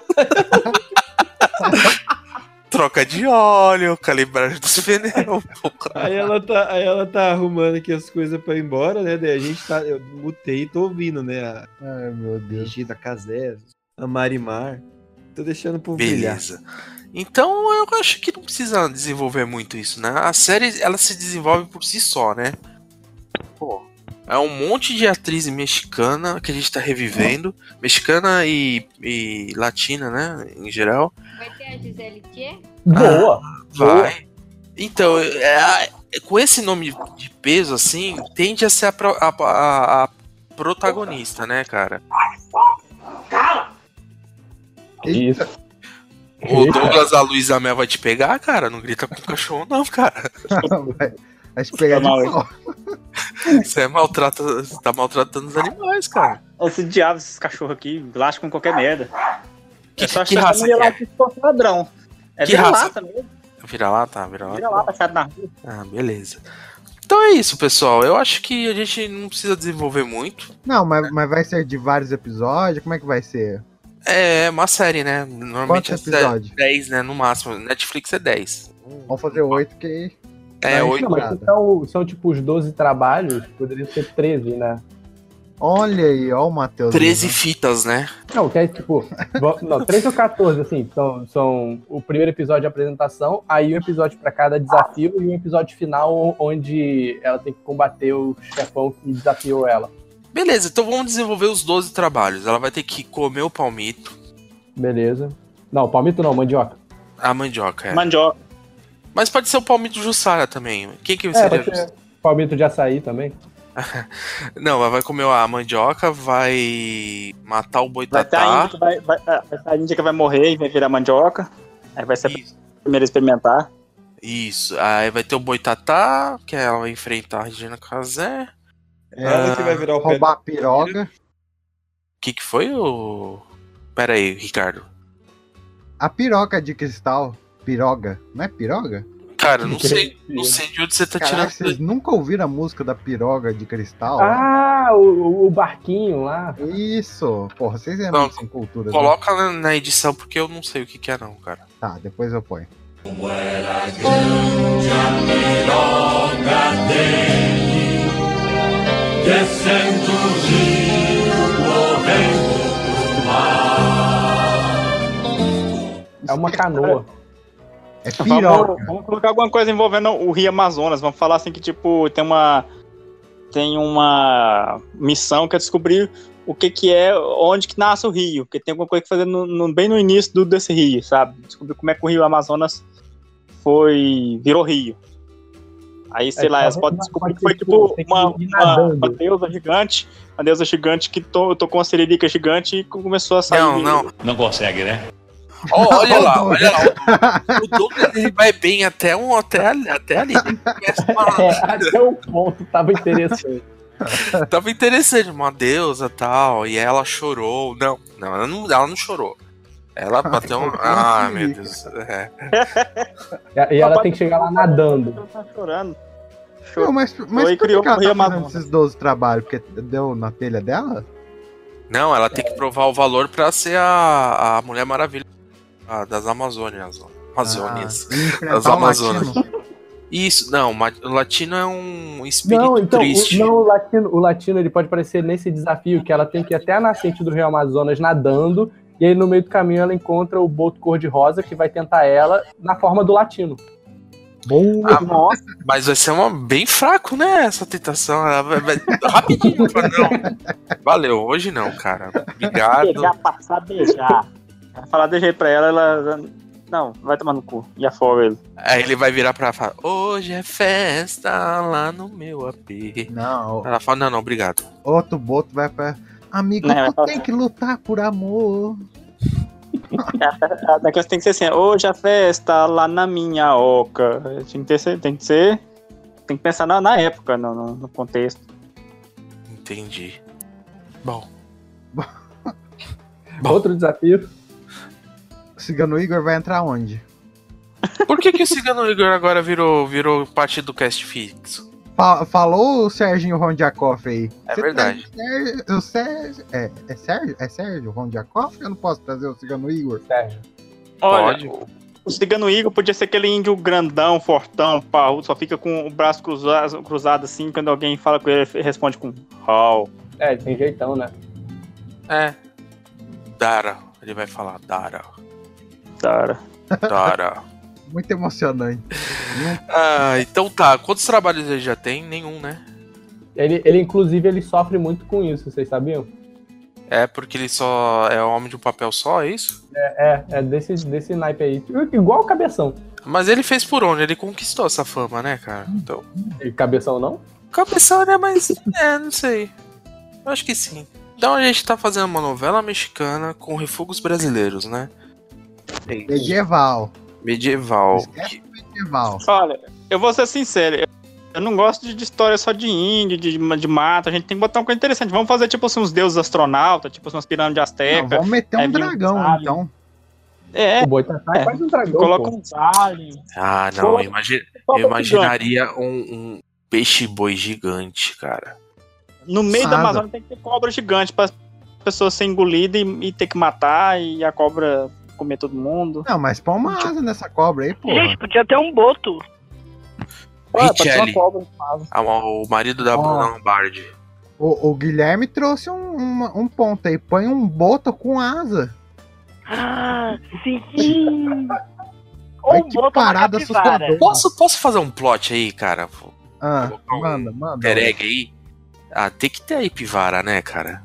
Troca de óleo, calibragem dos pneus, pô.
Aí ela tá, aí ela tá arrumando aqui as coisas pra ir embora, né? Daí a gente tá. Eu mutei e tô ouvindo, né? A,
Ai, meu Deus.
Regina Casé, a Marimar. Tô deixando pro
Beleza. Então eu acho que não precisa desenvolver muito isso, né? A série ela se desenvolve por si só, né? Pô, é um monte de atriz mexicana que a gente tá revivendo. Mexicana e, e latina, né? Em geral.
Vai ter a Gisele Thier?
Boa! vai. Então, é- é- com esse nome de peso, assim, tende a ser a, pro- a- a- a protagonista, né, cara?
Isso.
O Douglas, a Luísa Mel vai te pegar, cara. Não grita com o cachorro, não, cara.
Vai- Vai te pegar de
Tá mal, hein?
pau.
Você é maltrata, você tá maltratando os animais, cara.
Esse diabo, esses cachorros aqui, lascam com qualquer merda. é só
que
achar
raça
mulher
que
lá
é?
que é ladrão. É
Que
vira
raça?
lata mesmo.
Vira lá, tá, vira lá.
Vira lata, achado na rua.
Ah, beleza. Então é isso, pessoal. Eu acho que a gente não precisa desenvolver muito.
Não, mas, mas vai ser de vários episódios? Como é que vai ser?
É uma série, né? Normalmente
Quantos
é
episódios?
10, né? No máximo. Netflix é 10.
Vamos fazer oito, que
É,
Mas,
oito.
não, mas são, são tipo os 12 trabalhos, poderiam ser 13, né?
Olha aí, ó o Matheus.
13 fitas, né?
Não, que é tipo. vo- não, 13 ou 14, assim. São, são o primeiro episódio de apresentação, aí um episódio pra cada desafio e um episódio final onde ela tem que combater o chefão que desafiou ela.
Beleza, então vamos desenvolver os 12 trabalhos. Ela vai ter que comer o palmito,
Beleza. Não, palmito não, mandioca.
a mandioca. É.
Mandioca.
Mas pode ser o palmito Jussara também. Quem que
É,
seria?
pode ser palmito de açaí também.
Não, ela vai comer a mandioca, vai matar o
Vai ter a
boitatá.
índia que vai, ah, vai- a- a índia que vai morrer e vai virar mandioca. Aí vai ser a primeira a experimentar.
Isso. Aí vai ter o boitatá, que é ela vai enfrentar a Regina Casé.
É,
Ela que vai virar o pé
Roubar a piroga.
O que, que foi o. Pera aí, Ricardo.
A piroca de cristal. Piroga. Não é piroga?
Cara, não sei, não sei de onde você tá
Caraca,
tirando.
vocês nunca ouviram a música da piroga de cristal?
Ah, o, o barquinho lá.
Isso. Porra, vocês é
Não,
muito sem cultura. né?
Coloca na- na edição porque eu não sei o que, que é, não, cara.
Tá, depois eu ponho.
É
Descendo o rio, correndo o mar.
É uma canoa.
É
Vamos, vamos colocar alguma coisa envolvendo o Rio Amazonas. Vamos falar assim que, tipo, tem uma. Tem uma missão que é descobrir o que, que é, onde que nasce o rio. Porque tem alguma coisa que fazer no, no- bem no início do, desse rio, sabe? Descobrir como é que o rio Amazonas foi. virou rio. Aí, sei
É,
lá, elas
talvez
podem
uma-
descobrir que foi
pode ser,
tipo
tipo, tem que
uma,
ir
uma-
nadando.
uma deusa gigante, uma deusa gigante que to, tocou uma seririca gigante e começou a sair.
Não, não.
Não consegue, né?
Ó, olha lá, olha lá. O Douglas ele vai bem até, um, até, ali- até ali.
É, até o ponto tava interessante. É.
Tava interessante, uma deusa tal. E ela chorou. Não, não, ela não, ela não chorou. Ela
então
bateu um. Ah, meu Deus. É.
E, e ela tem que chegar lá nadando.
Tá chorando.
Não, mas mas
Foi,
por que
criou
que ela
o Rio
tá fazendo
Amazonas.
esses 12 trabalhos? Porque deu na telha dela?
Não, ela tem que provar o valor pra ser a, a Mulher Maravilha a- das Amazônias. ó. Amazônias.
Ah.
das
Ah, o
Amazonas. Isso, não, ma- o latino é um espírito
não, então,
triste.
o, não, o latino, o latino ele pode aparecer nesse desafio que ela tem que ir até a nascente do Rio Amazonas nadando, e aí no meio do caminho ela encontra o boto cor-de-rosa que vai tentar ela na forma do latino.
Ah, Mas vai ser uma, bem fraco, né? Essa tentação. Ela vai, vai- rapidinho. fala, não. Valeu, hoje não, cara. Obrigado.
Beijar, passar, beijar. Falar de jeito pra ela, ela. Não, vai tomar no cu. E afoga ele.
Aí ele vai virar pra ela e falar: Hoje é festa lá no meu AP.
Não.
Ela fala: Não, não, obrigado.
Outro boto vai pra. Amigo,
Não, vai
tu
pra-
tem que lutar por amor.
A daquelas tem que ser assim: hoje a festa lá na minha oca. Tem que, ter, ser- tem que ser. Tem que pensar na, na época, no, no- no contexto.
Entendi. Bom.
Outro desafio.
O Cigano Igor vai entrar onde?
Por que, que o Cigano Igor agora virou, virou parte do cast fixo?
Fa- falou o Serginho Rondiakoff aí.
É
Você
verdade.
traz Sérgio- o Sérgio, é, é Sérgio? É Sérgio Rondiakoff? Eu não posso trazer o Cigano Igor?
Sérgio.
Olha, o- o cigano Igor podia ser aquele índio grandão, fortão, parrudo, só fica com o braço cruzado, cruzado assim. Quando alguém fala com ele, ele responde com hall.
É, tem jeitão, né?
É. Dara. Ele vai falar: Dara.
Dara.
Dara.
Muito emocionante.
Ah, então tá. Quantos trabalhos ele já tem? Nenhum, né?
Ele, ele, inclusive, ele sofre muito com isso, vocês sabiam?
É porque ele só é homem de um papel só, é isso?
É, é, é desse, desse naipe aí. Igual o cabeção.
Mas ele fez por onde? Ele conquistou essa fama, né, cara? Então.
E Cabeção não?
Cabeção, né? Mas. É, não sei. Eu acho que sim. Então a gente tá fazendo uma novela mexicana com refugos brasileiros, né?
Medieval.
Medieval.
Medieval.
Olha, eu vou ser sincero. eu- Eu não gosto de, de história só de índio, de, de mata. A gente tem que botar uma coisa interessante. Vamos fazer, tipo assim, uns deuses astronautas, tipo assim, umas pirâmides aztecas.
Não, vamos meter um dragão, então.
É.
O Boitatá é quase um dragão.
Coloca
pô.
uns aliens.
Ah, não.
Só-
Eu, imagi-
só pra
eu imaginaria um, um peixe-boi gigante, cara.
No meio da
Nada.
Amazônia tem que ter cobra gigante pra pessoa ser engolida e, e ter que matar e a cobra comer todo mundo.
Não, mas põe uma asa nessa cobra aí, porra.
Gente, podia ter um boto.
Richelle.
cobra em casa.
Ah, O marido da Bruna Lombardi.
O, o Guilherme trouxe um, uma- um ponto aí. Põe um boto com asa.
Ah, sim!
Mas
um
que parada assustadora.
Posso, posso fazer um plot aí, cara?
Ah, manda, manda.
Easter egg aí? Ah, tem que ter a Ipivara, né, cara?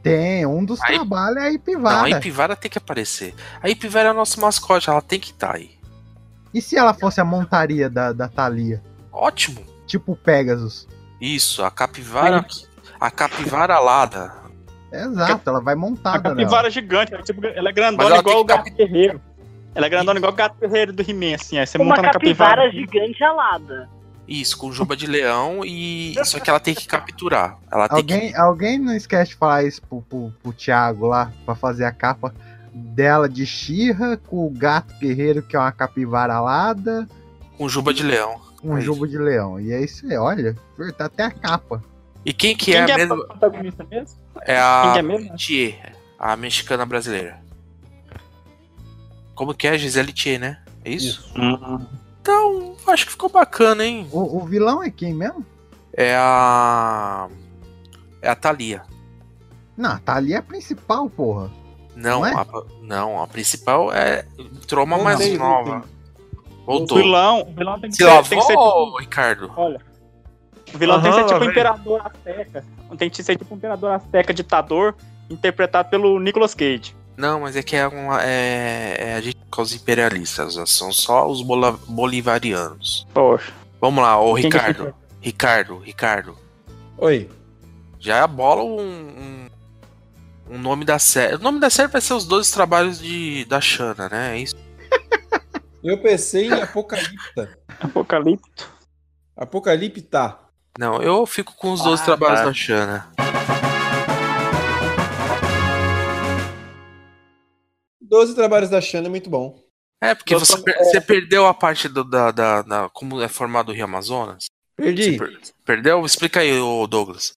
Tem, um dos
Aí-
trabalhos é a
Não, a
Ipivara.
Ipivara tem que aparecer. A Ipivara é o nosso mascote, ela tem que estar aí.
E se ela fosse a montaria da, da Thalia?
Ótimo.
Tipo o Pegasus.
Isso, a capivara. A capivara alada.
Exato, ela vai montada,
A
né?
capivara é gigante, ela é, tipo- ela é
Mas
grandona
ela
igual
tem
o gato guerreiro. Ela é grandona igual o gato guerreiro do He-Man, assim, aí você
Uma
monta na capivara.
capivara gigante alada.
Isso, com juba de leão e. Só que ela tem que capturar. Ela tem que.
Alguém, alguém não esquece de falar isso pro, pro, pro Thiago lá, pra fazer a capa dela de Xirra, com o gato guerreiro, que é uma capivara alada,
Com juba de leão.
um jubo de leão. E é isso aí, olha, tá até a capa.
E quem que é a mesma.
protagonista mesmo?
É a.
Quem que é
Thier, a mexicana brasileira. Como que é? Gisele Thier, né? É isso? Então, acho que ficou bacana, hein?
O, o vilão é quem mesmo?
É a. É a Thalia.
Não, tá ali a principal, porra.
Não, a, não, a principal é. Entrou uma mais
Voltei,
nova. Voltou.
O vilão, o vilão tem que
Se
ser.
lavou,
tem que ser tipo,
Ricardo?
olha. O vilão tem que
Aham,
ser tipo
lá
um
vem.
imperador azteca. Tem que ser tipo um imperador azteca ditador, interpretado pelo Nicolas Cage.
Não, mas é que é uma. É, é a gente com os imperialistas, né? são só os bola- bolivarianos.
Poxa.
Vamos lá, ô
Quem que tipo
Ricardo.
fica?
Ricardo, Ricardo.
Oi.
Já é bola um. um- um nome da série. O nome da série vai ser os 12 trabalhos de, da Xana, né? É isso?
Eu pensei em Apocalipta.
Apocalipto.
Apocalipta.
Não, eu fico com os 12
Ah,
trabalhos
tá.
da Xana.
Doze trabalhos da Xana é muito bom.
É, porque
Doze
você,
trabalhos-
per- você perdeu a parte do, da, da, da- Como é formado o Rio Amazonas?
Perdi.
Você per- perdeu? Explica aí, ô Douglas.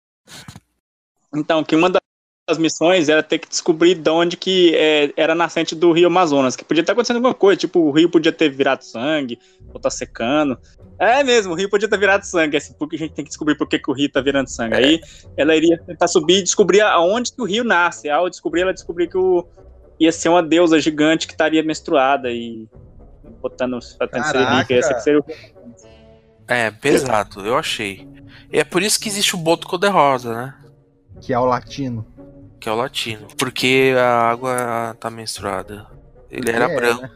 Então, que uma das missões era ter que descobrir de onde que é, era a nascente do rio Amazonas, que podia estar acontecendo alguma coisa, tipo, o rio podia ter virado sangue, ou tá secando. É mesmo, o rio podia ter virado sangue, assim, porque a gente tem que descobrir por que, que o rio tá virando sangue. Aí ela iria tentar subir e descobrir aonde que o rio nasce. Ao descobrir, ela descobriu que o, ia ser uma deusa gigante que estaria menstruada e botando pra ser rica, ia ser- ser o
É, pesado, eu achei. E é por isso que existe o Boto Cor-de-Rosa, né?
Que é o latino.
Que é o latino. Porque a água tá menstruada. Ele era
É,
branco.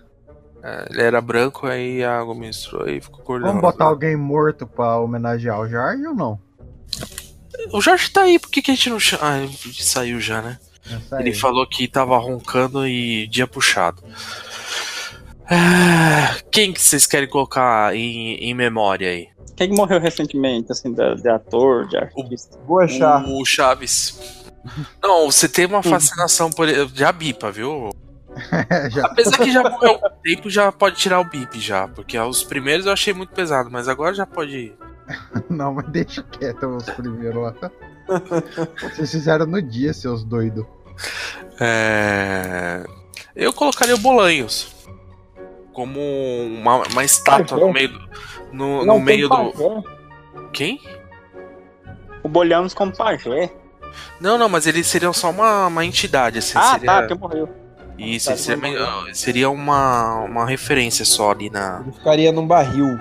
É, ele era branco, aí a água menstruou e ficou
Vamos
cor-de-rosa.
botar alguém morto pra homenagear o Jorge ou não?
O Jorge tá aí, por que, que a gente não chama. Ah, ele saiu já, né?
Tá
Ele falou que tava roncando e dia puxado. Ah, Quem que vocês querem colocar em, em memória aí?
Quem que morreu recentemente, assim, da- de, ator, de artista?
O Chaves. Não, você tem
Hum.
uma fascinação por ele. Já bipa, viu?
É,
Apesar que já morreu um tempo, já pode tirar o bip já. Porque os primeiros eu achei muito pesado, mas agora já pode.
Não, mas deixa quieto os primeiros lá. tá? Vocês fizeram no dia, seus doidos.
É... Eu colocaria o Bolanhos. Como uma, uma estátua no meio do. No, no meio do. Quem?
O Bolhamos como pajé.
Não, não, mas eles seriam só uma, uma entidade, assim.
Ah,
seria-
tá, porque morreu.
Isso,
Tá,
seria,
tá,
meio- seria uma, uma referência só ali na.
Ficaria num barril.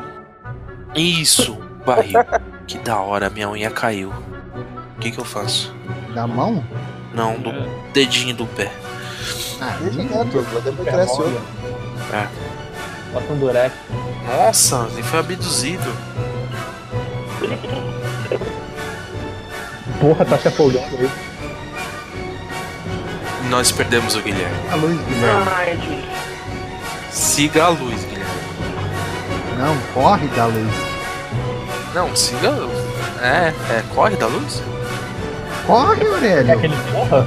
Isso, barril. que da hora, minha unha caiu. O que que eu faço?
Da mão?
Não, do dedinho do pé.
Ah,
Deixa quieto, depois cresce outro.
É.
Bota um durex.
Nossa, ele foi abduzido.
Porra, tá se afogando aí.
Nós perdemos o Guilherme.
A luz, Guilherme.
Ai, gente.
Siga a luz, Guilherme.
Não, corre da luz.
Não, siga. É, é, corre da luz?
Corre, Aurélio.
porra?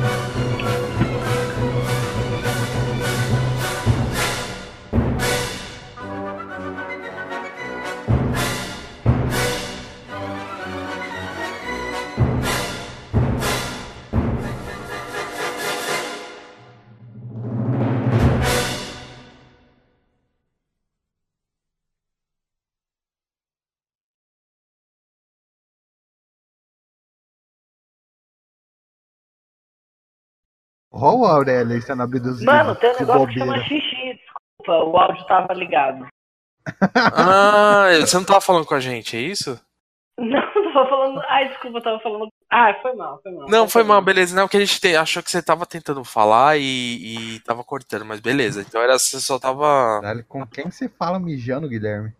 Olha o Aurélio sendo abduzido.
Mano, tem um
que
negócio que chama
bobeira.
xixi, desculpa, o áudio tava ligado.
Ah, você não tava falando com a gente, é isso?
Não, tava falando. Ai, desculpa, tava falando. Ah, foi mal, foi mal.
Não, foi mal, beleza. Não, que a gente te- achou que você tava tentando falar e, e tava cortando, mas beleza. Então era você só tava.
Com quem você fala mijando, Guilherme?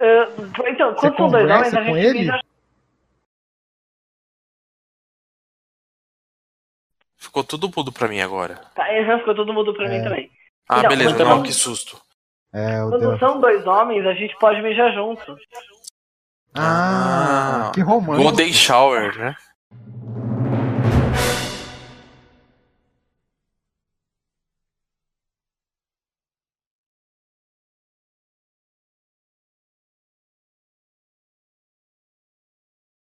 Ah, foi- então,
Você
quantos são dois homens?
conversa
A
com
gente
ele?
mija-
Ficou tudo mudo pra mim agora.
Tá, aham, ficou todo mundo pra mim também.
Ah,
Então,
beleza,
quando-
não, que susto.
É, o
Quando
Deus.
são dois homens, a gente pode mijar junto.
Ah, que romântico.
Golden Shower, né?